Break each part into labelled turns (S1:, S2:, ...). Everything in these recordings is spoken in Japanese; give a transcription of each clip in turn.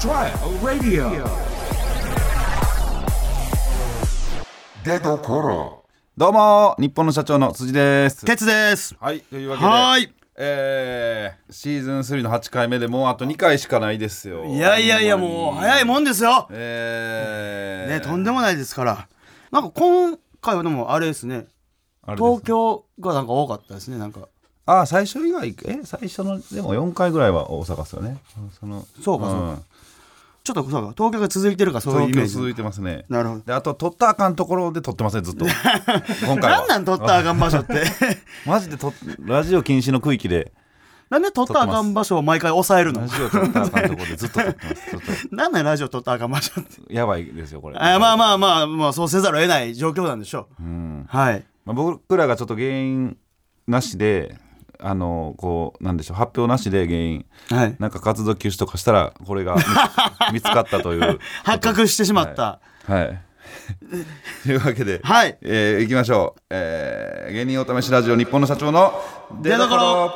S1: trial radio.
S2: 出どころ
S3: どうも日本の社長の辻です
S4: 鉄です。
S3: はいというわけで
S4: はーい。
S3: えーシーズン3の8回目でもうあと2回しかないですよ
S4: いやいやいや、もう早いもんですよ。
S3: えー、
S4: ね、とんでもないですから。なんか今回はでもあれですね。
S3: あれです
S4: 東京がなんか多かったですね。なんか。
S3: あ最初以外え最初のでも4回ぐらいは大阪ですよねその
S4: そうかそうかちょっとそうか、東京が続いてるから、そういう
S3: 東
S4: イメ
S3: 京
S4: ージ。
S3: 続いてますね
S4: なるほど
S3: であと取ったらあかんところで取ってますねずっ と今回
S4: なんな
S3: は
S4: ん撮ったらあかん場所って。
S3: マジでとラジオ禁止の区域で
S4: なんで撮ったらあかん場所を毎回抑える
S3: ラ
S4: の
S3: ジオ取ったらあかんところでずっと取ってますちょっ
S4: なんなんラジオ撮ったらあかん場所って。
S3: とやばいですよこれ
S4: あまあまあまあ、まあ、そうせざるを得ない状況なんでしょう。はい。
S3: まあ、僕らがちょっと原因なしであのこうなんでしょう発表なしで原因
S4: はい。
S3: なんか活動休止とかしたらこれが見つか ったという
S4: 発覚してしまった。
S3: はい というわけで、
S4: はい
S3: えー、いきましょう、えー、芸人お試しラジオ日本の社長の出
S4: 所
S3: 所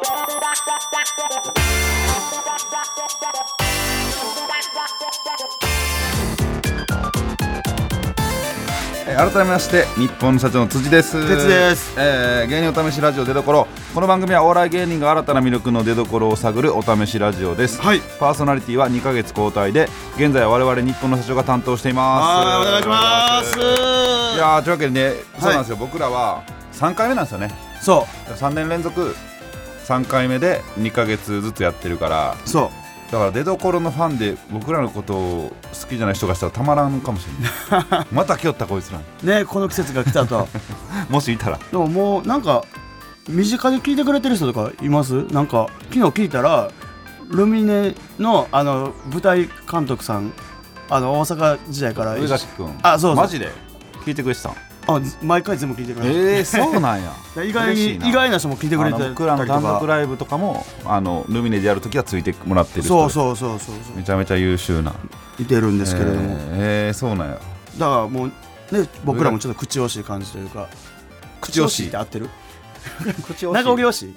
S3: えー改めまして日本の社長の辻です
S4: 哲です、
S3: えー芸人お試しラジオ出どころこの番組はお笑い芸人が新たな魅力の出どころを探るお試しラジオです、
S4: はい
S3: パーソナリティは2ヶ月交代で現在は我々日本の社長が担当しています
S4: はい、お願いします。
S3: いやーというわけでね、そうなんですよ僕らは3回目なんですよね
S4: そ
S3: 3年連続3回目で2ヶ月ずつやってるから
S4: う、そう。
S3: だから出どころのファンで僕らのことを好きじゃない人がしたらたまらんかもしれ ないまた来よったこいつら
S4: ねこの季節が来たと
S3: もしいたら
S4: でももうなんか身近で聞いてくれてる人とかいますなんか昨日聞いたらルミネのあの舞台監督さんあの大阪時代から
S3: 上崎君
S4: あそうそう
S3: マジで聞いてくれてたん
S4: あず毎回全部聞いてくれてる
S3: ええそうなん や
S4: 意外
S3: 嬉
S4: に
S3: しい
S4: 意外な人も聞いてくれて
S3: あ
S4: た
S3: の
S4: り
S3: 僕らの
S4: と
S3: 単独
S4: か
S3: ライブとかもあのルミネでやるときはついてもらってる人
S4: そう
S3: う
S4: そうそうそうそ
S3: めちゃめちゃ優秀な
S4: ういてるんですけれども、
S3: えーえーそうなんや
S4: だからもうね僕らもちょっと口惜しい感じというか
S3: 口惜しい
S4: って合ってる
S3: 口
S4: 長尾惜しい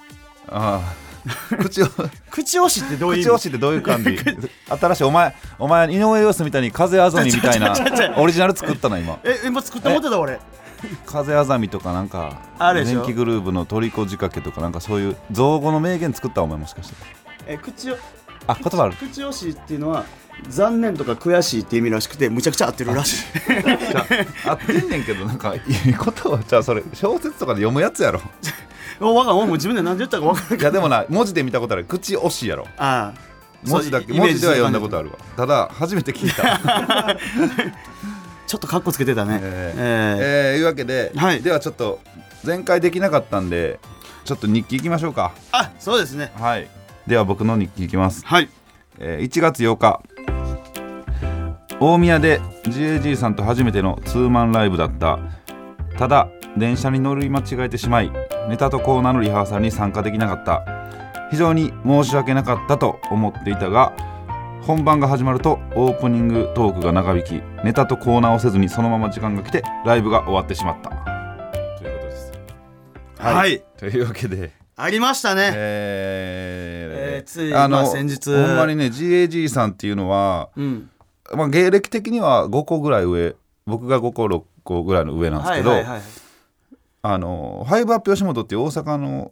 S3: ああ 口を
S4: 口惜しいってどういう意味
S3: 口押しってどういう 感じ新しいお前お前井上陽水みたいに風あざみみたいなオリジナル作ったな今
S4: え今作って思ってた俺
S3: 風あざみとかなんか
S4: あれでしょ
S3: 電気グルーヴのトリコ仕掛けとかなんかそういう造語の名言作ったお前もしかして
S4: え口を
S3: あ言葉ある
S4: 口惜しいっていうのは残念とか悔しいって意味らしくてむちゃくちゃ合ってるらしい
S3: じゃあ合ってんねんけどなんかいい言葉じゃあそれ小説とかで読むやつやろ
S4: おわがんもう自分で何で言ったか分からない
S3: いやでもな文字で見たことある口押しやろ
S4: ああ
S3: 文字だけ文字では読んだこと
S4: ある
S3: あるわただ初めて聞いた
S4: ちょっとカッコつけてたね
S3: ええ
S4: ええ
S3: ーいうわけで、
S4: はい
S3: ではちょっと前回できなかったんでちょっと日記いきましょうか
S4: あそうですね
S3: はいでは僕の日記いきます、
S4: はい
S3: えー1月8日大宮で GAG さんと初めてのツーマンライブだったただ電車に乗り間違えてしまいネタとコーナーのリハーサルに参加できなかった非常に申し訳なかったと思っていたが本番が始まるとオープニングトークが長引きネタとコーナーをせずにそのまま時間が来てライブが終わってしまったということです
S4: はい、
S3: というわけで
S4: ありましたね、
S3: え
S4: えーつい
S3: あの
S4: まあ先日
S3: ほんまにね GAG さんっていうのは、
S4: うん
S3: まあ、芸歴的には5個ぐらい上僕が5個6個ぐらいの上なんです
S4: は
S3: け
S4: い
S3: ど、
S4: はいはい
S3: あのファイブアップ吉本っていう大阪の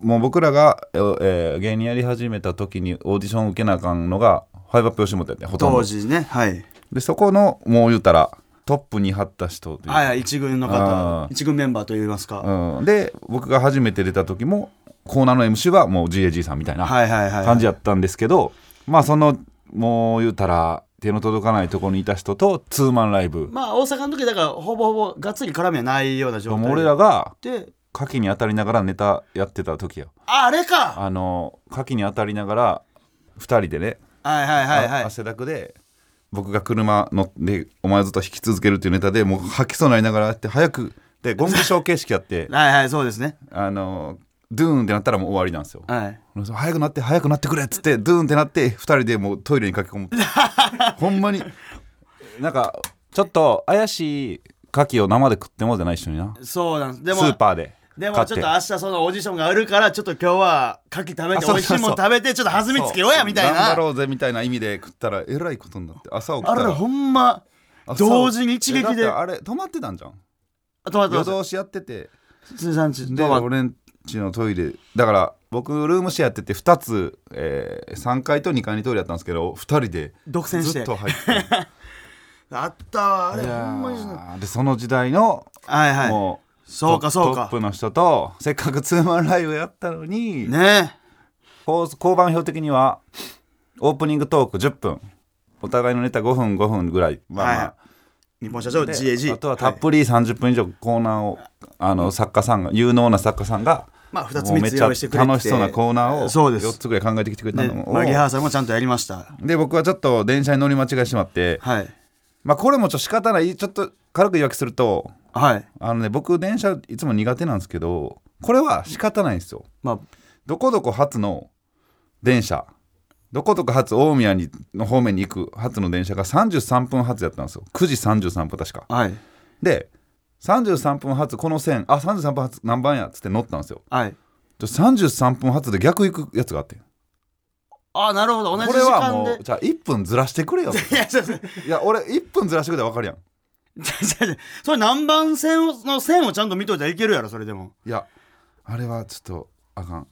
S3: もう僕らが、えーえー芸人やり始めた時にオーディション受けなあかんのがファイブアップ吉本やってんほとんど
S4: 当時ねはい
S3: でそこのもう言うたらトップに張った人というか
S4: はいはい一軍の
S3: あ
S4: 方
S3: ー
S4: 一軍メンバーといいますか、
S3: うん、で僕が初めて出た時もコーナーの MC はもう GAG さんみたいな
S4: はいはいはい
S3: 感じやったんですけど、まあそのもう言うたら手の届かないところにいた人とツーマンライブ、
S4: まあ大阪の時だからほぼほぼがっつり絡みはないような状態
S3: もう俺らが
S4: で
S3: 牡蠣に当たりながらネタやってた時よ
S4: ああれか
S3: あの牡蠣に当たりながら2人でね、
S4: はいはいはいは
S3: あ
S4: い
S3: 汗だくで僕が車乗ってお前ずっと引き続けるっていうネタでもう吐きそうになりながらやって早くでゴングショー形式やって
S4: はいはいそうですね
S3: あのドゥーンってなったらもう終わりなんですよ
S4: はい
S3: 早くなって早くなってくれっつってドゥーンってなって2人でもうトイレに駆け込む ほんまになんかちょっと怪しい牡蠣を生で食ってもじゃない一緒にな
S4: そうなんです
S3: ス
S4: でも
S3: ーパーで
S4: でも
S3: 買っ
S4: ち
S3: て
S4: ょっと明日そのオーディションがあるからちょっと今日は牡蠣食べ
S3: あ
S4: て
S3: そう
S4: 美味し
S3: そうそう
S4: いもん食べてちょっと弾みつけようやみたい
S3: 頑張
S4: な
S3: ろうぜみたいな意味で食ったらえらいことになって朝起きた
S4: あ
S3: ら
S4: れほんま
S3: 朝
S4: 同時に一
S3: えだっ
S4: 撃
S3: て
S4: で
S3: あれ止まってたんじゃん
S4: あと待っ
S3: 夜
S4: て待っ
S3: 通しやってて
S4: て辻さんち
S3: で
S4: どうも
S3: 俺んちのトイレだから僕ルームシェアやってて2つ、えー、3階と2階にトイレやったんですけど2人で
S4: 独占し
S3: ずってと入ってた
S4: あったわ あれ
S3: い
S4: ほ
S3: や
S4: んまにその
S3: ーでその時代の
S4: はいはい
S3: もう
S4: そうか
S3: トッ
S4: そう
S3: トッ
S4: か
S3: プの人とせっかくツーマンライブやったのに、
S4: ね
S3: こう交番表的にはオープニングトーク10分お互いのネタ5分5分ぐらいまあまあ、
S4: はいは日本社長
S3: で
S4: GAG
S3: あとはたっ
S4: り
S3: ぷり30分以上コーナーを、あの作家さんが有能な作家さんが、
S4: まあ二つ
S3: もうめっ
S4: 三つ
S3: ちゃ
S4: 用意してくれて
S3: 楽しそうなコーナーを
S4: そうです
S3: 4つぐらい考えてきてくれた
S4: ね
S3: のを、
S4: まあリハーサルもちゃんとやりました
S3: で僕はちょっと電車に乗り間違えてしまって、
S4: はい
S3: まあ、これもちょっと仕方ないちょっと軽く言い訳すると
S4: はい
S3: あのね僕電車いつも苦手なんですけどこれは仕方ないんですよ。
S4: まあ
S3: どこどこ発の電車どこどこ発大宮にの方面に行く発の電車が33分発やったんですよ9時33分確か
S4: はい
S3: で33分発この線あ33分発何番やっつって乗ったんですよ
S4: はい
S3: ちょ33分発で逆行くやつがあって
S4: あなるほど同じ
S3: こ
S4: 時
S3: れは
S4: 間
S3: も
S4: で
S3: うじゃあ1分ずらしてくれよ
S4: いやそうそう
S3: いや俺1分ずらしてくれたら分かるやん
S4: じゃじゃじゃそれ南蛮線をの線をちゃんと見といたらいけるやろそれでも
S3: いやあれはちょっとあかん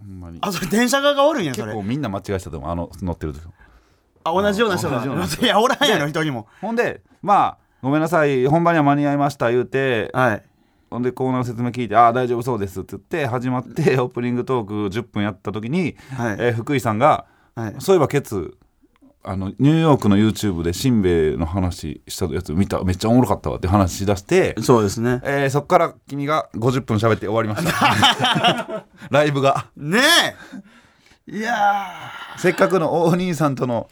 S3: ほんまに
S4: あそれ電車側がおるんやそ
S3: 結
S4: れ
S3: 構みんな間違えしたと思うあの乗ってる時
S4: あ同じような人
S3: 同
S4: が
S3: じような人
S4: いやおらんやろ人にも
S3: ほんでまあごめんなさい本番には間に合いました言うて
S4: はい
S3: ほんでコーナーの説明聞いて「ああ大丈夫そうです」って言って始まってオープニングトーク10分やった時に、
S4: はい
S3: えー福井さんが
S4: はい
S3: 「そういえばケツあのニューヨークの YouTube でしんべヱの話したやつ見ためっちゃおもろかったわ」って話し出して、
S4: そうですね
S3: えーそっから君が50分喋って終わりましたライブが
S4: ねえいや
S3: せっかくのお兄さんとの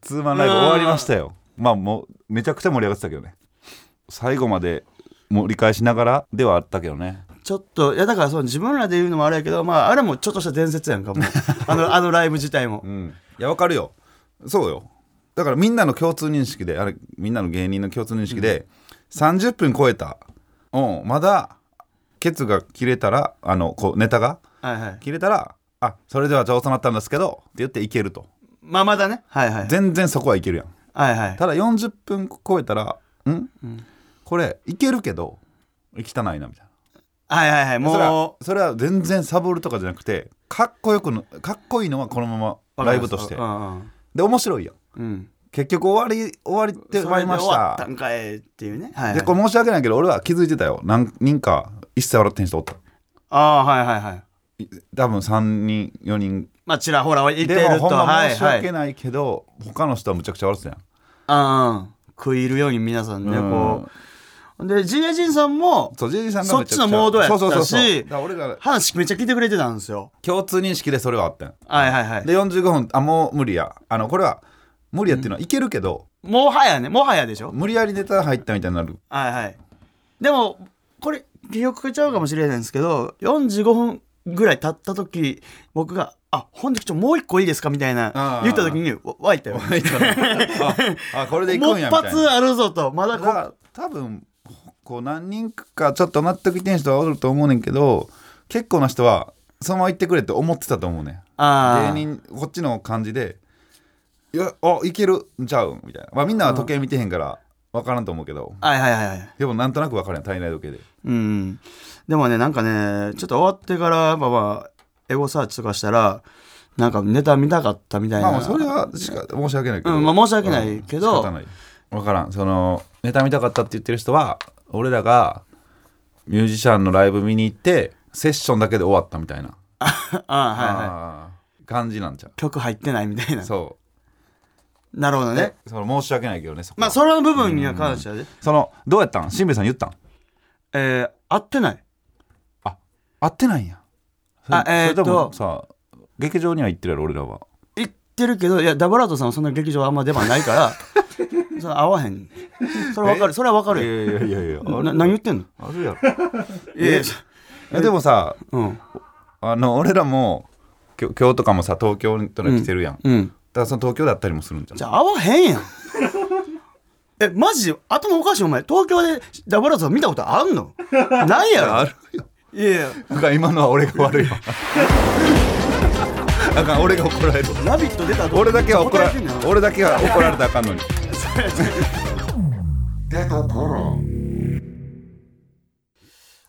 S3: ツーマンライブ終わりましたよまあもうめちゃくちゃ盛り上がってたけどね最後まで盛り返しながらではあったけどね
S4: ーちょっといやだからそう自分らで言うのもあれやけどまああれもちょっとした伝説やんか もうあのあのライブ自体も
S3: うん、いやわかるよそうよだからみんなの共通認識であれみんなの芸人の共通認識で、30分超えたうんまだケツが切れたらあのこうネタが
S4: はいはい
S3: 切れたらあそれではじゃあ収まったんですけどって言っていけると
S4: まあまだねはいはい
S3: 全然そこはいけるやん
S4: はいはい
S3: ただ40分超えたらん、これいけるけど汚いなみたいな
S4: はいはいはい
S3: それは
S4: も
S3: それは全然サボるとかじゃなくてかっこよくのかっこいいのはこのま
S4: う
S3: まライブとして
S4: うんうん
S3: で面白いやん
S4: うん
S3: 結局終わり終わりって終わりまし
S4: それで終わった
S3: た
S4: んかいっていうねはいはい
S3: でこれ申し訳ないけど俺は気づいてたよ何人か一切笑ってへん人おった
S4: ああはいはいはい
S3: い多分3人4人
S4: まあちらほらは言って
S3: で
S4: ると
S3: もほん
S4: は
S3: ま
S4: い
S3: 申し
S4: はい
S3: 訳ないけど、他の人はむちゃくちゃ笑ってたやん
S4: うんうん食い入るように皆さんね
S3: うん
S4: こうでジーヤジンさんも
S3: そうジェイジさんが
S4: そっ
S3: めちゃく
S4: ち
S3: ちゃ
S4: のモードや
S3: そう
S4: った
S3: そうそうそう
S4: し
S3: だから俺が
S4: 話めっちゃ聞いてくれてたんですよ
S3: 共通認識でそれはあったん
S4: はいはいはい
S3: で45分あもう無理やあのこれは無理やっていうのはいけるけど、
S4: もはやねもはやでしょ
S3: 無理やりネタ入ったみたいになる
S4: はいはいでもこれ記憶ちゃうかもしれないんですけど45分ぐらい経った時僕が「あ本日ちょもう一個いいですか?」みたい
S3: あ
S4: な
S3: ー
S4: 言った時にわ湧いたよ
S3: 入ったの ああこれでい
S4: も
S3: く
S4: うん
S3: やみたいな
S4: 発あるぞとま
S3: だ
S4: だ
S3: か
S4: こ
S3: ら多分こう何人かちょっと納得いってん人はおると思うねんけど結構な人はそのまま言ってくれって思ってたと思うねん
S4: あ
S3: 芸
S4: ー
S3: 人こっちの感じで「いやあいけるんちゃう?」みたいな、まあ、みんなは時計見てへんから分からんと思うけど
S4: はいはいはいはい
S3: でもなんとなく分かるやん体内時計で
S4: うん。でもね、なんかね、ちょっと終わってから、やっぱまあ、エゴサーチとかしたら、なんかネタ見たかったみたいな。
S3: まあまあそれはしか申し訳ないけど、
S4: うんまあ申し訳ないけど
S3: うん仕方ない分からんそのネタ見たかったって言ってる人は俺らがミュージシャンのライブ見に行ってセッションだけで終わったみたいな
S4: あはいはい。
S3: あー感じなんちゃ
S4: 曲入ってないみたいな
S3: う。そ
S4: なるほど
S3: うね
S4: ね。
S3: その申し訳ないけどねそこ
S4: まあ、それの部分には関してはね、
S3: そのどうやったんしんべヱさん言ったん
S4: えー、合ってない。
S3: 合ってないんやそれ
S4: あえーっと
S3: それともさ劇場には行ってるやろ俺らは
S4: 言ってるけど、いや、ダブラートさんはそんな劇場あんま出番な いから、それ合わへん。それわかる、それはわか
S3: い
S4: るよ。
S3: やいやいやいやあ
S4: な何言ってんの
S3: あるやろ
S4: いや
S3: いやでもさ
S4: うん。
S3: あの俺らもきょ今日とかもさ東京とか来てるやん、
S4: うん。
S3: だからその東京だったりもするんじゃん
S4: じゃあ合わへ んやん。え、 マジ頭おかしいお前。東京でダブルアートさん見たことあんのないやろ。
S3: るよ
S4: いやいや
S3: なんか今のは俺が悪 いわなんか俺が怒られる
S4: 「ラビット!」出たと
S3: 俺だけは怒ら
S4: 答えてんねん
S3: 俺だけは怒られたらあかんのに
S2: 出どころ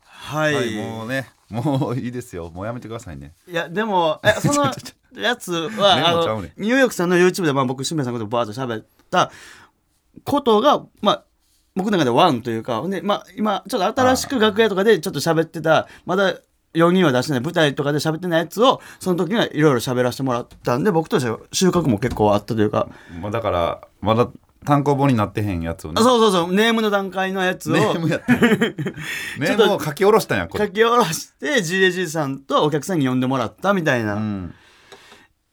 S4: はい、
S3: はいもうねもういいですよもうやめてくださいね
S4: いやでも えそのやつ
S3: メ
S4: はあ
S3: モちゃう
S4: の
S3: ね
S4: ニューヨークさんの YouTube で、まあ、僕しめさんのことバーッと喋ったことがまあ僕の中でワンというかほんで、まあ、今ちょっと新しく楽屋とかでちょっと喋ってたまだ4人は出してない舞台とかで喋ってないやつをその時にはいろいろ喋らせてもらったんで僕としては収穫も結構あったというか、
S3: まあだからまだ単行本になってへんやつをね
S4: あ そうそうそうネームの段階のやつを
S3: ネームやって るネームを書き下ろしたんやこ
S4: 書
S3: れ、
S4: き下ろして GAG さんとお客さんに呼んでもらったみたいな。
S3: うん、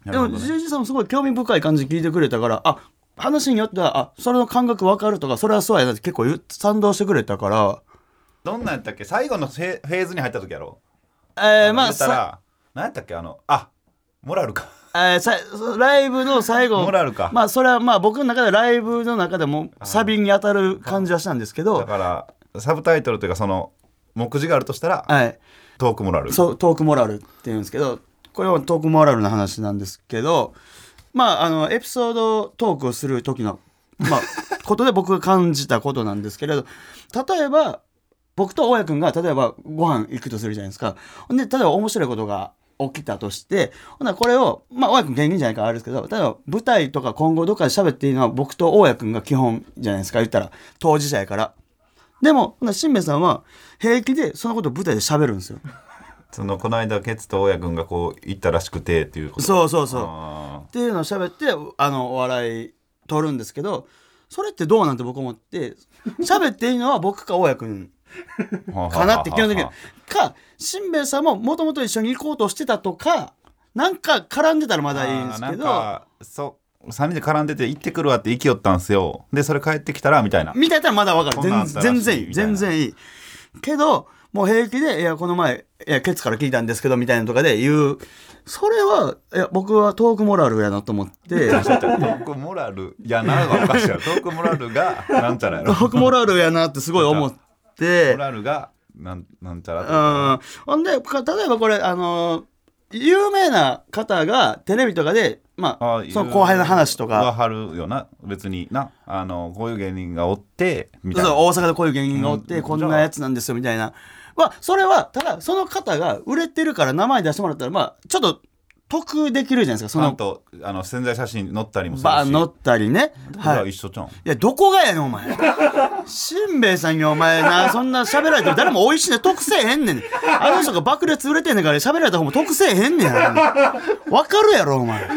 S3: な
S4: で
S3: るほ
S4: も
S3: どね
S4: GG さんもすごい興味深い感じで聞いてくれたからあ話によってはあそれの感覚分かるとかそれはそうやなって結構言う賛同してくれたから
S3: どんなんやったっけ最後のフェフェーズに入った時やろ
S4: えー、
S3: 言
S4: まあ
S3: った
S4: さ、
S3: ら何やったっけあのあモラルか
S4: えー、さライブの最後
S3: モラルか
S4: まあそれはまあ僕の中でライブの中でもサビに当たる感じはしたんですけ
S3: だ
S4: ど
S3: からサブタイトルというかその目次があるとしたら、
S4: はい
S3: トークモラル
S4: そうトークモラルって言うんですけどこれはトークモラルの話なんですけどまああのエピソードトークをする時の まあことで僕が感じたことなんですけれど例えば僕と大家君が例えばご飯行くとするじゃないですかほんで例えば面白いことが起きたとしてほんならこれをまあ大家君芸人じゃないからあれですけど例えば舞台とか今後どっかで喋っていいのは僕と大家君が基本じゃないですか言ったら当事者やからでもほんなら新兵衛さんは平気でそのことを舞台で喋るんですよ
S3: そのこの間ケツと大家君がこう行ったらしくてっていうこと
S4: そうそうそう
S3: あ
S4: っていうのを喋ってあのお笑い取るんですけどそれってどうなんて僕思って喋っていいのは僕か大家君
S3: ーはあはあはあ
S4: かなって基本的にかしんべヱさんももともと一緒に行こうとしてたとかなんか絡んでたらまだいいんです
S3: あーな
S4: け
S3: ん
S4: ど
S3: かそう3人で絡んでて行ってくるわって行きよったんすよでそれ帰ってきたらみたいな
S4: みたいなまだわかる
S3: こんなんあ
S4: 全
S3: ったらし
S4: 全
S3: い
S4: 然い
S3: み
S4: い
S3: たい
S4: 全
S3: な
S4: 然いいけどもう平気で「いやこの前いやケツから聞いたんですけど」みたいなのとかで言うそれはいや僕はトークモラルやなと思 って。
S3: トークモラルやながおかしいやろトークモラルがなんちゃらやろ
S4: ト
S3: モ
S4: ークモラルやなってすごい思って
S3: ラルがなんなんちゃらと
S4: うん、ほんでか例えばこれあのー有名な方がテレビとかで、まあ、
S3: ー
S4: その後輩の話と
S3: は
S4: か
S3: はるよな別になあのこういう芸人がおってみたい
S4: そう
S3: な
S4: 大阪でこういう芸人がおって、
S3: うん
S4: こんなやつなんですよみたいな、まあ、それはただその方が売れてるから名前出してもらったら、まあ、ちょっと得できるじゃないですかそ
S3: ちゃ
S4: の
S3: んとあの潜在写真載ったりもするし
S4: バー乗ったりね。
S3: 僕ら
S4: は
S3: はい一緒じゃん、
S4: いや、どこがやねん、お前。しんべヱさんにお前な、そんな喋られても誰も美味しいね、得せえへんねん。あの人が爆裂売れてんねんから喋られた方も得せえへんねん。わかるやろ、お前。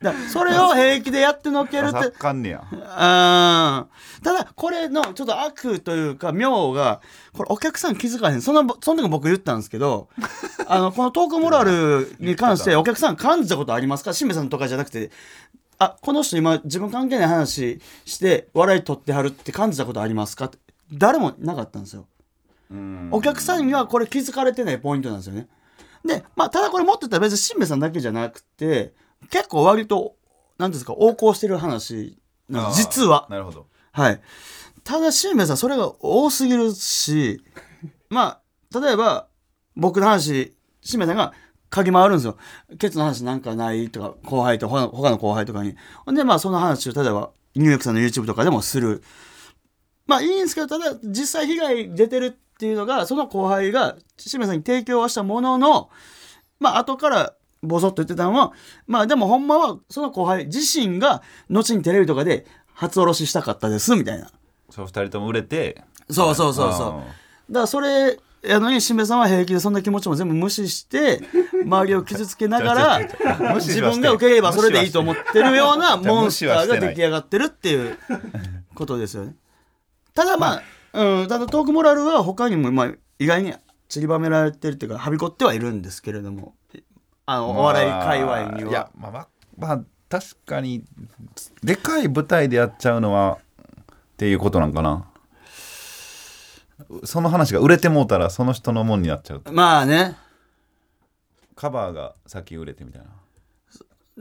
S4: だそれを平気でやってのけるって
S3: あっ。かんねや
S4: うんただこれのちょっと悪というか妙がこれお客さん気づかへんそのその時僕言ったんですけど あのこのトークモラルに関してお客さん感じたことありますかしめさんとかじゃなくてあこの人今自分関係ない話して笑い取ってはるって感じたことありますかって誰もなかったんですよ
S3: うん
S4: お客さんにはこれ気づかれてないポイントなんですよね。で、まあ、ただこれ持ってたら別にしんべヱさんだけじゃなくて、結構割と、なんていうんですか、横行してる話なんです、実は。
S3: なるほど
S4: はい。ただ、しんべヱさん、それが多すぎるし、まあ、例えば、僕の話、しんべヱさんが、嗅ぎ回るんですよ。ケツの話なんかないとか、後輩と他の、他の後輩とかに。ほんで、まあ、その話を、例えば、ニューヨークさんの YouTube とかでもする。まあ、いいんですけど、ただ、実際被害出てるっていうのが、その後輩が、しんべヱさんに提供はしたものの、まあ、後から、ボソッと言ってたのは、まあ、でも、ほんまは、その後輩自身が、後にテレビとかで、初おろししたかったです、みたいな。
S3: そう二人とも売れて
S4: そうそうそうそう。だ
S3: あ
S4: か
S3: ー
S4: らそれやのにしめさんは平気でそんな気持ちも全部無視 して周りを傷つけなが
S3: 違う違う違
S4: ら
S3: う無視はして
S4: 自
S3: ない
S4: 分が受け入れればそれでいいと思ってるようなモンスターが出来上がってるっていうことですよね。ただまあ、うん、ただトークモラルは他にもまあ意外に散りばめられてるっていうかはびこってはいるんですけれどもあのお笑い界隈
S3: ま
S4: に
S3: あ。
S4: はい
S3: やまあままあ確かにでかい舞台でやっちゃうのはっていうことなんかなその話が売れてもうたらその人のもんになっちゃう
S4: まあね
S3: カバーが先売れてみたいな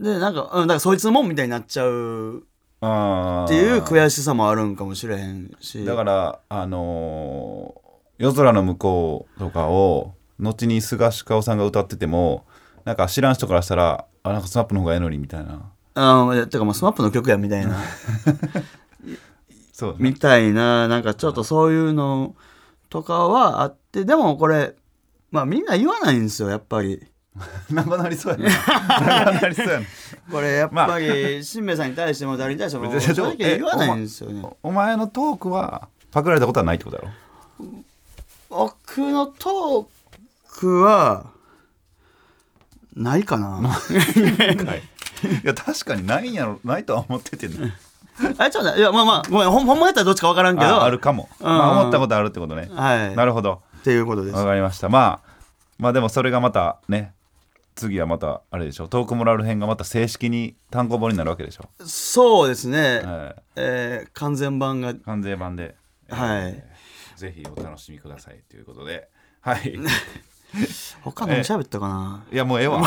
S4: でなんか,、うん、なんかそいつのもんみたいになっちゃう
S3: あー
S4: っていう悔しさもあるんかもしれへんし
S3: だからあのー夜空の向こう」とかを後に菅鹿尾さんが歌っててもなんか知らん人からしたら「あなんかスマップの方がええのに」みたいな
S4: ああ、てかまあスマップの曲やみたいな。
S3: そう、ね、
S4: みたいな、なんかちょっとそういうのとかはあって、でもこれ、まあみんな言わないんですよ、やっぱり。
S3: 長なりそうやな長なりそうやな
S4: これやっ
S3: ま
S4: ぱり、しんべヱさんに対しても誰に対しても
S3: 別に
S4: 正直言わないんですよね。
S3: お前のトークはパクられたことはないって ことだろ
S4: 僕のトークは、ないかな。
S3: はい、いや確かにないんやろないとは思ってて ね
S4: あれちょっと待って、いやまあまあ、ごめん、ほんほんまやったらどっちかわからんけど。
S3: ああるかも、
S4: うん
S3: まあ、思ったことあるってことね、
S4: はい。
S3: なるほど
S4: っていうことです。
S3: わかりましたまあまあでもそれがまたね次はまたあれでしょトークモラル編がまた正式に単行本になるわけでしょ、
S4: そうですね。
S3: は
S4: えー完全版が、
S3: い、完全版で、
S4: はい。
S3: ぜひお楽しみくださいということではい
S4: 他の喋ったかな、
S3: いやもうええ わ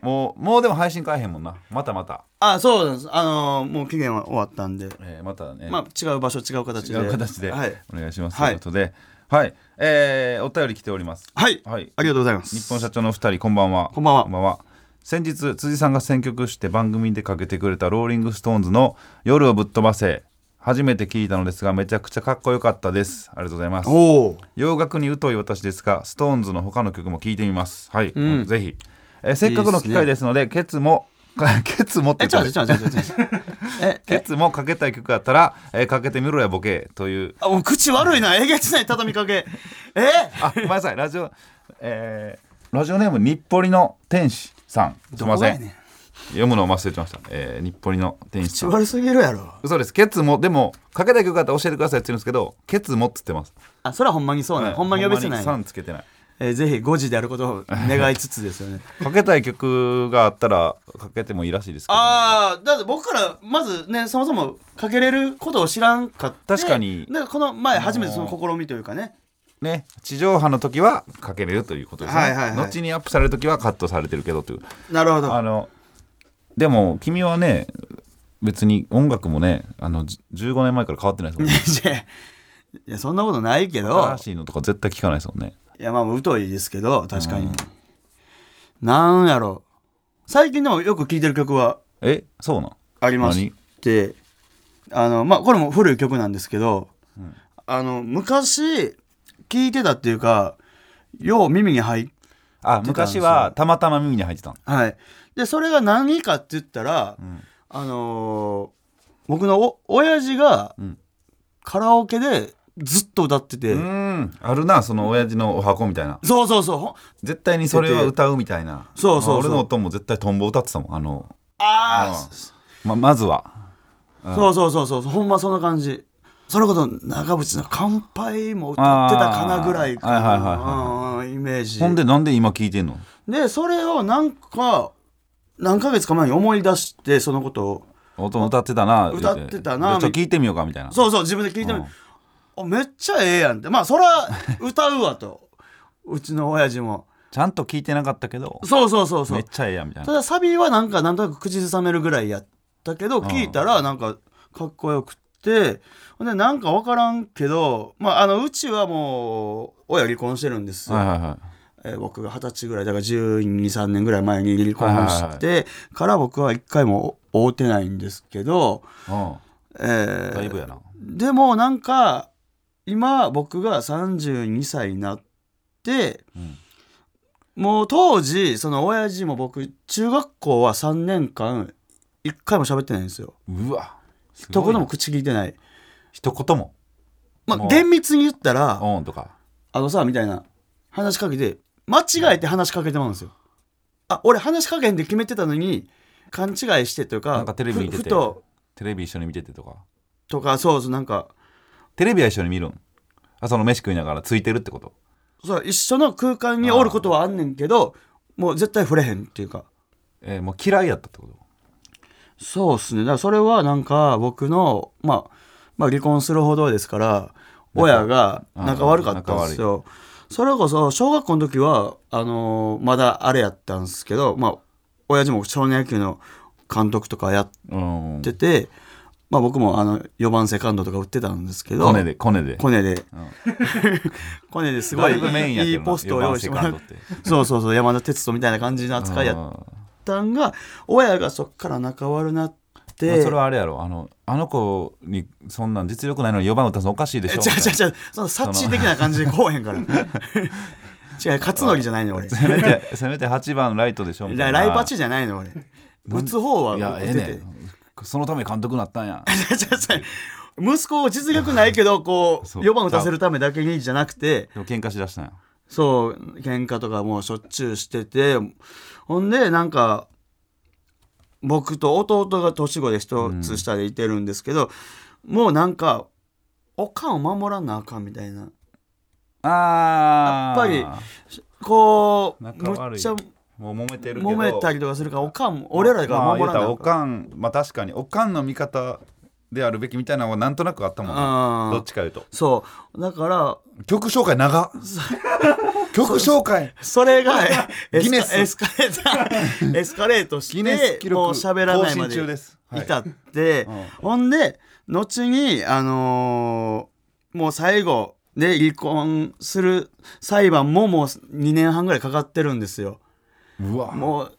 S3: もうもうでも配信変えへんもんなまたまた、
S4: あ、そうなんです。あのーもう期限は終わったんで。
S3: えーまたね、
S4: まあ、違う場所、違う形で。
S3: 違う形で
S4: はい。
S3: お願いします、
S4: は
S3: と
S4: い
S3: いうことではい、えーお便り来ております
S4: はい。
S3: はい
S4: ありがとうございます。
S3: 日本社長のお二人こんばんは
S4: こんばんは
S3: こんばんは先日辻さんが選曲して番組でかけてくれたローリングストーンズの「夜をぶっ飛ばせ」初めて聞いたのですがめちゃくちゃかっこよかったですありがとうございます
S4: おお。
S3: 洋楽に疎い私ですがストーンズの他の曲も聴いてみますはい、
S4: ん
S3: ぜひえーせっかくの機会ですのでケツも ケツもって
S4: え、
S3: 言っ
S4: ちょ
S3: た
S4: っと待って、ちょっと待って、ちょっと待って。え、
S3: ケツもかけたい曲あったら、えーかけてみろやボケという
S4: あ、もう口悪いな。えげつない畳みかけ。え
S3: あごめんなさいラジオえーラジオネーム日暮里の天使さんすいませ
S4: どこやね
S3: ん読むのを忘れてました、えー、日暮里の天使
S4: 口
S3: さん
S4: 悪すぎるやろ。
S3: 嘘ですケツもでもかけたい曲あったら教えてくださいって言うんですけどケツもっつってます、
S4: あ、それはほんまにそうね。
S3: はい
S4: ほんまに呼び捨てない。
S3: さんつけてない
S4: えーぜひ5時であることを願いつつですよ ね。
S3: かけたい曲があったらかけてもいいらしいですけど
S4: ああ、だって僕からまずね、そもそもかけれることを知らんかった。
S3: 確かに
S4: なんかこの前初めてその試みというかね。
S3: ね地上波の時はかけれるということですね、
S4: はいはいはい
S3: 後にアップされる時はカットされてるけどという
S4: なるほど。
S3: あのでも君はね別に音楽もねあのじ15年前から変わってないですもんね
S4: いやいやそんなことないけど
S3: 新しいのとか絶対聞かないですもんね
S4: いやまあ疎いですけど確かに、なんやろ最近でもよく聴いてる曲は
S3: えそうなん
S4: ありましてあのまあこれも古い曲なんですけど、あの昔聴いてたっていうかよう耳に入っ
S3: あ昔はたまたま耳に入ってたの
S4: はいでそれが何かって言ったら、あのー僕のお親父が
S3: ん
S4: カラオケでずっと歌ってて、
S3: うんあるなその親父のお箱みたいな
S4: そうそうそうほん
S3: 絶対にそれは歌うみたいな
S4: そうそうそう
S3: あ俺の音も絶対トンボ歌ってたもんあの
S4: ああ
S3: ままずは
S4: そうそうそうそうほんまそんな感じそれこそ長渕の「乾杯」も歌ってたかなぐらいか
S3: あーはいはい
S4: なうんイメージ
S3: ほんでなんで今聞いてんの
S4: でそれをなんか何ヶ月か前に思い出してそのことを
S3: 音歌ってたな
S4: 歌ってたな
S3: ちょっと聞いてみようかみたいな
S4: そうそう自分で聞いてみる、おめっちゃええやんってまあそら歌うわとうちの親父も
S3: ちゃんと聞いてなかったけど
S4: そうそうそうそ
S3: め
S4: う
S3: っちゃええやんみたい
S4: た
S3: な
S4: だサビはなんかなんとなく口ずさめるぐらいやったけど聞いたらなんかかっこよくってほんでなんか分からんけど、まあ、あのうちはもう親離婚してるんですよ、
S3: はいはいはい
S4: えー僕が二十歳ぐらいだから1 2 3年ぐらい前に離婚し
S3: は
S4: てから僕は一回も会うてないんですけど、えー
S3: うんだいぶやな
S4: でもなんか今僕が32歳になって、
S3: うん
S4: もう当時その親父も僕中学校は3年間一回も喋ってないんですよ
S3: うわす
S4: 一
S3: ごい
S4: 言
S3: な
S4: も口聞いてない
S3: 一言も
S4: ま
S3: も
S4: あ
S3: う
S4: 厳密に言ったら
S3: オンとか
S4: あのさみたいな話しかけて間違えて話しかけてまうんですよあ俺話しかけへんで決めてたのに勘違いしてというか
S3: なんかテレビ見てて
S4: ふふと
S3: テレビ一緒に見ててとか
S4: とかそうそうなんか
S3: テレビは一緒に見るんあその飯食いながらついてるってこと
S4: そう一緒の空間におることはあんねんけどもう絶対触れへんっていうか
S3: えーもう嫌いやったってこと
S4: そうっすねだからそれはなんか僕の、まあ、まあ離婚するほどですから親が
S3: うん
S4: 仲悪かったんですよそれこそ小学校の時はあのーまだあれやったんですけどまあ親父も少年野球の監督とかやっ
S3: うん
S4: てて、まあ僕もあの4番セカンドとか打ってたんですけど、
S3: コネでコネで
S4: コネで。 コネですごい
S3: だいぶメインやけど
S4: いいポストを用意してもら
S3: 4
S4: っ
S3: 番セカンド
S4: そうそうそう、山田哲人みたいな感じの扱いやっ
S3: うん
S4: たんが、親がそっから仲悪なって、
S3: まあそれはあれやろあのあの子にそんなん実力ないのに4番打たすのおかしいでし
S4: え
S3: ょ
S4: 違う違う違う、その察知的な感じでこうへんから。違う、 勝則じゃないの俺。
S3: せめてせめて8番ライトでしょみた
S4: ラ
S3: いな
S4: ライパチじゃないの俺。打つ方はい
S3: や
S4: 打
S3: ええ
S4: て
S3: ね
S4: て。
S3: んそのため監督になったんや
S4: 違う違う息子を実力ないけど、こう、
S3: そう
S4: 4番打たせるためだけにじゃなくて、
S3: でも喧嘩しだしたんや
S4: そう、喧嘩とかもうしょっちゅうしてて、ほんで、なんか、僕と弟が年子で一つ下でいてるんですけど、もうなんか、おかんを守らなあかんみたいな。
S3: あー
S4: やっぱこう、
S3: 仲
S4: む
S3: 悪
S4: っ
S3: い
S4: ちゃ
S3: もう揉めてるけど
S4: 揉めたりとかするから、おかん、俺らが守
S3: まあ
S4: らな
S3: 言うた
S4: あ
S3: お
S4: かん。
S3: かんまあ確かにおかんの味方であるべきみたいなのはなんとなくあったもんな
S4: うん
S3: どっちかいうと
S4: そう。だから、
S3: 曲紹介長っ曲紹介
S4: それがえエ ス
S3: ギネス
S4: カエスカレ ートエスカレートして
S3: ギネス記録
S4: もう喋らないま
S3: 更新
S4: で
S3: 中ですはい
S4: 至って、
S3: うん
S4: ほんで後にあのーもう最後で離婚する裁判ももう2年半ぐらいかかってるんですよ
S3: うわ
S4: もう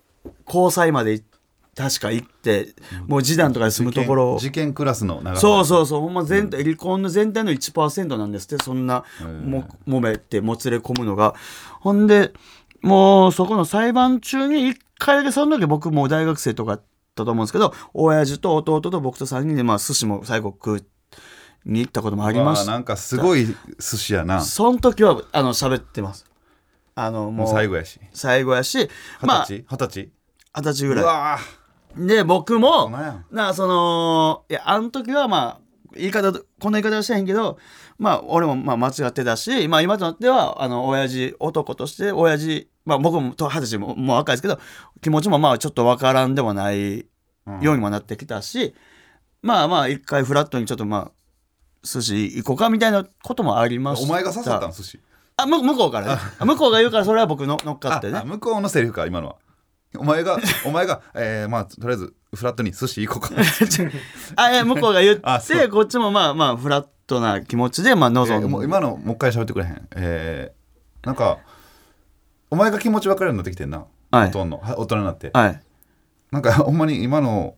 S4: 交際までい確か行ってもう示談とかで済むところを
S3: 事件クラスの長さ
S4: そうそうそうほんま全体、離婚の全体の1%なんですってそんな
S3: うん
S4: も揉めてもつれ込むのがほんでもうそこの裁判中に1回だけその時僕もう大学生とかだったと思うんですけど親父と弟と僕と3人でまあ寿司も最後食うに行ったこともありま
S3: わ
S4: し
S3: あな
S4: た
S3: んかすごい寿司やな
S4: その時はあの喋ってますあのも
S3: も
S4: う
S3: う最後やし
S4: 最後やしま
S3: 二
S4: あ
S3: 十歳二十
S4: 二十歳
S3: 歳
S4: ぐら
S3: う
S4: い
S3: わあ
S4: で僕も
S3: お前やん
S4: なあそのいやあの時はまあ言い方こんな言い方はしてへんけどまあ俺もまあ間違ってたし、まあ、今となってはあの親父男として親父まあ僕もと二十歳ももう若いですけど気持ちもまあちょっとわからんでもないようにもなってきたし、まあまあ一回フラットにちょっとまあ寿司行こうかみたいなこともありました
S3: お前が刺さったの寿司
S4: あむ向こうからねあ向こうが言うからそれは僕の乗っか
S3: あ
S4: ってね
S3: あ向こうのセリフか今のはお前がお前がえーまあとりあえずフラットに寿司行こうか
S4: あいや向こうが言っ
S3: あそ
S4: てこっちもまあまあフラットな気持ちでまあ
S3: え
S4: 望
S3: ーも
S4: む、
S3: う今のもう一回喋ってくれへんえーなんかお前が気持ち分かるようになってきてんな
S4: はい
S3: ほとんどは大人になって
S4: はい
S3: なんか ほんまに今の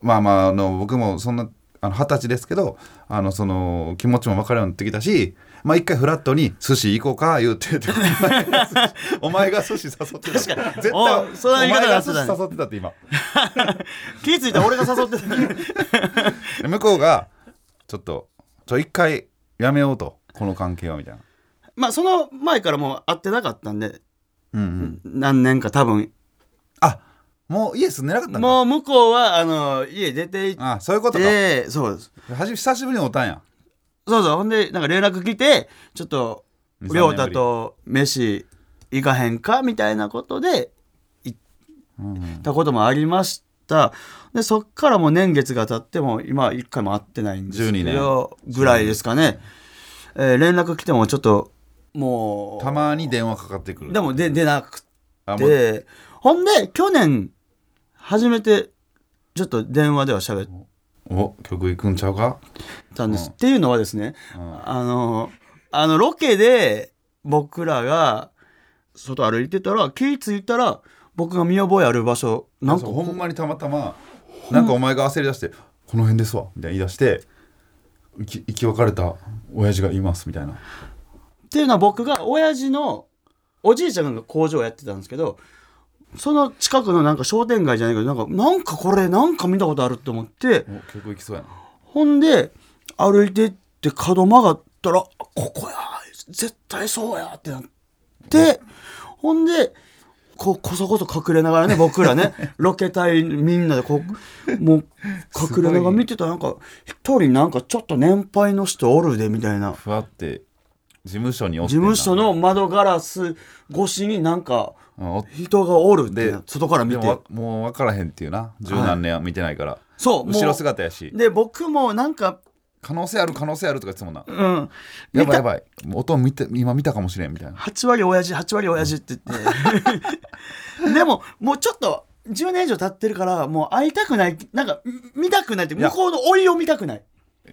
S3: まあまああの僕もそんなあの二十歳ですけどあのその気持ちも分かるようになってきたしまあ一回フラットに寿司行こうか言うて お前が寿司誘ってた
S4: 確かに
S3: 絶対
S4: おその言
S3: お前
S4: い方が
S3: が寿
S4: そうだね
S3: 司誘ってたって今
S4: 気ぃ付いたら俺が誘ってた
S3: で向こうがちょっとちょ一回やめようとこの関係はみたいな
S4: まあその前からもう会ってなかったんで
S3: うんうん
S4: 何年か多分
S3: あもうイエス狙かったんだ
S4: もう向こうはあの家出て行っ
S3: あそういうことか
S4: てそうです
S3: はじ久しぶりにおったんや
S4: そうそうほんでなんか連絡来てちょっと
S3: 23
S4: 亮太と飯行かへんかみたいなことで
S3: うんうん
S4: たこともありましたでそっからもう年月が経っても今一回も会ってないんですけどぐらいですかね、えー連絡来てもちょっともう
S3: たまに電話かかってくる
S4: でもで出なく
S3: あもう
S4: てほんで去年初めてちょっと電話では喋っ
S3: お曲行くんちゃうか
S4: たんです、
S3: うん
S4: っていうのはですね
S3: うん
S4: あのあのロケで僕らが外歩いてたら気ぃ付いたら僕が見覚えある場所なんか
S3: そうほんまにたまたまなんかお前が焦り出して「この辺ですわ」みたいな言い出して生き生き別れた親父がいますみたいな
S4: っていうのは僕が親父のおじいちゃんが工場をやってたんですけどその近くのなんか商店街じゃないけどなんかなんかこれなんか見たことあると思って
S3: お曲行きそうやな
S4: ほんで歩いてって角曲がったらあここや絶対そうやってなってほんでここそこそ隠れながらね僕らねロケ隊みんなでこうもう隠れながら見てたらなんか一人なんかちょっと年配の人おるでみたいな。
S3: ふわって事務所におっ
S4: 事
S3: てんな
S4: 務所の窓ガラス越しになんか
S3: うんおって
S4: 人がおるって
S3: で
S4: 外から見
S3: で
S4: て
S3: もわもう分からへんっていうな十何年は見てないから、
S4: そうも
S3: 後ろ
S4: う
S3: 姿やし
S4: で僕もなんか
S3: 可能性ある可能性あるとか言ってたもんな
S4: うん
S3: やばいや
S4: 見
S3: ばいもう音見て今見たかもしれんみたい
S4: た
S3: な
S4: 8割親父8割親父って言ってでももうちょっと10年以上経ってるから、もう会いたくない、なんか、み見たくないって、向こうの老いを見たくない。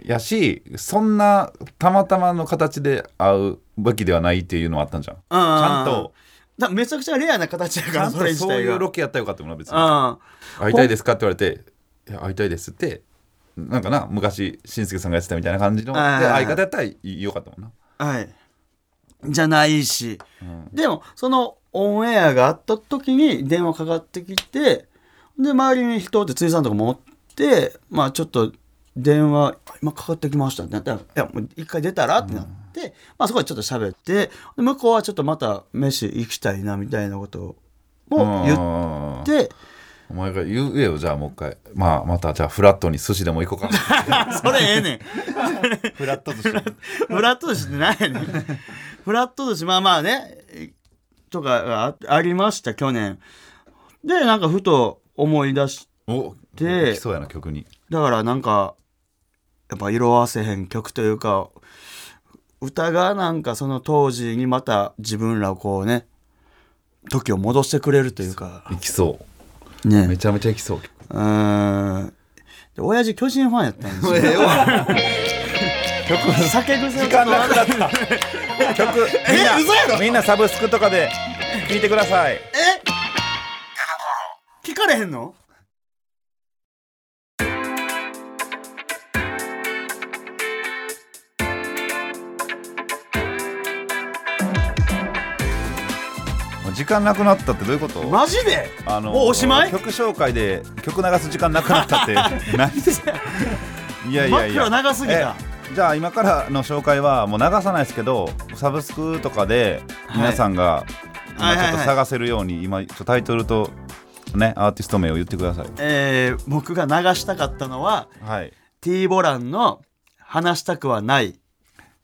S3: やしそんなたまたまの形で会うべきではないっていうのはあったんじゃんちゃんと
S4: だめちゃくちゃレアな形や
S3: ち
S4: か
S3: ゃ
S4: ら、
S3: ん
S4: そ
S3: と
S4: れ自
S3: そう
S4: 体
S3: い
S4: が。
S3: うロケやったらよかったもんな別に
S4: うん。
S3: 会いたいですかって言われて「いや会いたいです」ってなんかな昔しんすけさんがやってたみたいな感じので
S4: はいはいはい
S3: 相方やったらいいよかったもんな
S4: はい。じゃないし。でも、そのオンエアがあった時に電話かかってきて、で、周りに人って辻さんとか持って、まあちょっと電話、今かかってきましたってなったら、いや、もう一回出たらってなって、まあそこでちょっと喋って、で向こうはちょっとまた飯行きたいなみたいなことを言っ
S3: うん
S4: て、
S3: お前が言えよじゃあもう一回まあまたじゃあフラットに寿司でも行こう か
S4: それええねん。
S3: フラット寿司
S4: フラット寿司ってないね ん。フラット寿司、まあまあね、とかがあありました、去年。で、なんかふと思い出し、
S3: お
S4: で
S3: 来そうやな曲に
S4: だからなんか、やっぱ色あせへん曲というか、歌がなんかその当時にまた自分らをこうね、時を戻してくれるというか、
S3: 行きそうめ
S4: ね。
S3: ちゃめちゃ行きそう
S4: うーん。で、親父巨人ファンやったんです よ。
S3: ええわ
S4: 酒癖
S3: 時
S4: とか
S3: 間なくな った曲みんな
S4: 嘘やろ
S3: みんなサブスクとかで聴いてください
S4: え聞かれへんの
S3: 時間なくなったってどういうこと
S4: マジで
S3: あの
S4: もうおしまい
S3: 曲紹介で曲流す時間なくなったって 何ですかいやいやいや
S4: 枕長すぎた
S3: えじゃあ今からの紹介はもう流さないですけどサブスクとかで
S4: はい
S3: 皆さんが
S4: は
S3: 今
S4: い
S3: ち
S4: は
S3: ょっ
S4: い
S3: と
S4: はい
S3: 探せるように今ちょっとタイトルとねアーティスト名を言ってください
S4: えー僕が流したかったのは
S3: はい
S4: T ボランの「話したくはない」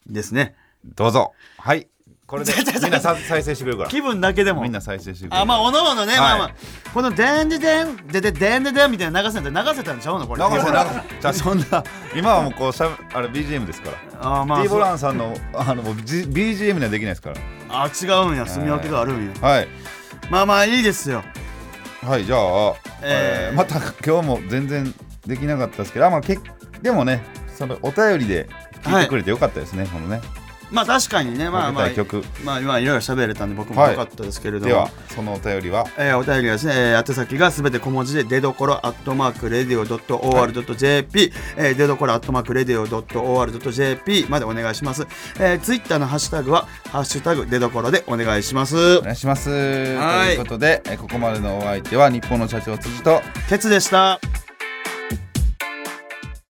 S4: ですね
S3: どうぞはいこれで
S4: ちょちょちょ
S3: みんなさ再生してくれるか
S4: 気分だけで
S3: ら
S4: も
S3: みんな再生してくれる
S4: あまあおのおのね、
S3: い
S4: まあまあこの「でんででんでででんででん」みたいな流せたら流せたんちゃうのこれ
S3: 流せなじゃあそんな今はもうこうしゃべあれ BGM ですから
S4: あーまあ
S3: T ボラ
S4: ン
S3: ンさんのあのもう G- BGM にはできないですから
S4: あ違うんや住み分けがあるんや
S3: はい
S4: まあまあいいですよ
S3: はいじゃあ、
S4: えー
S3: えーまた今日も全然できなかったですけどあ、まあ、けでもねそのお便りで聞いてくれてよかったですね、このね
S4: まあ確かにねまあまあ
S3: かけたい曲
S4: まあ今いろいろ喋れたんで僕も
S3: はい
S4: 良かったですけれど
S3: で
S4: も、
S3: はそのお便りは
S4: えーお便りはですね、えー宛先がすべて小文字で出どころアットマークレディオ .or.jp、えー出どころアットマークレディオ .or.jp までお願いします、えー、ツイッターのハッシュタグは「ハッシュタグ出どころ」でお願いします
S3: お願いしますと
S4: はい
S3: いうことでえーここまでのお相手は日本の社長辻と
S4: ケツでした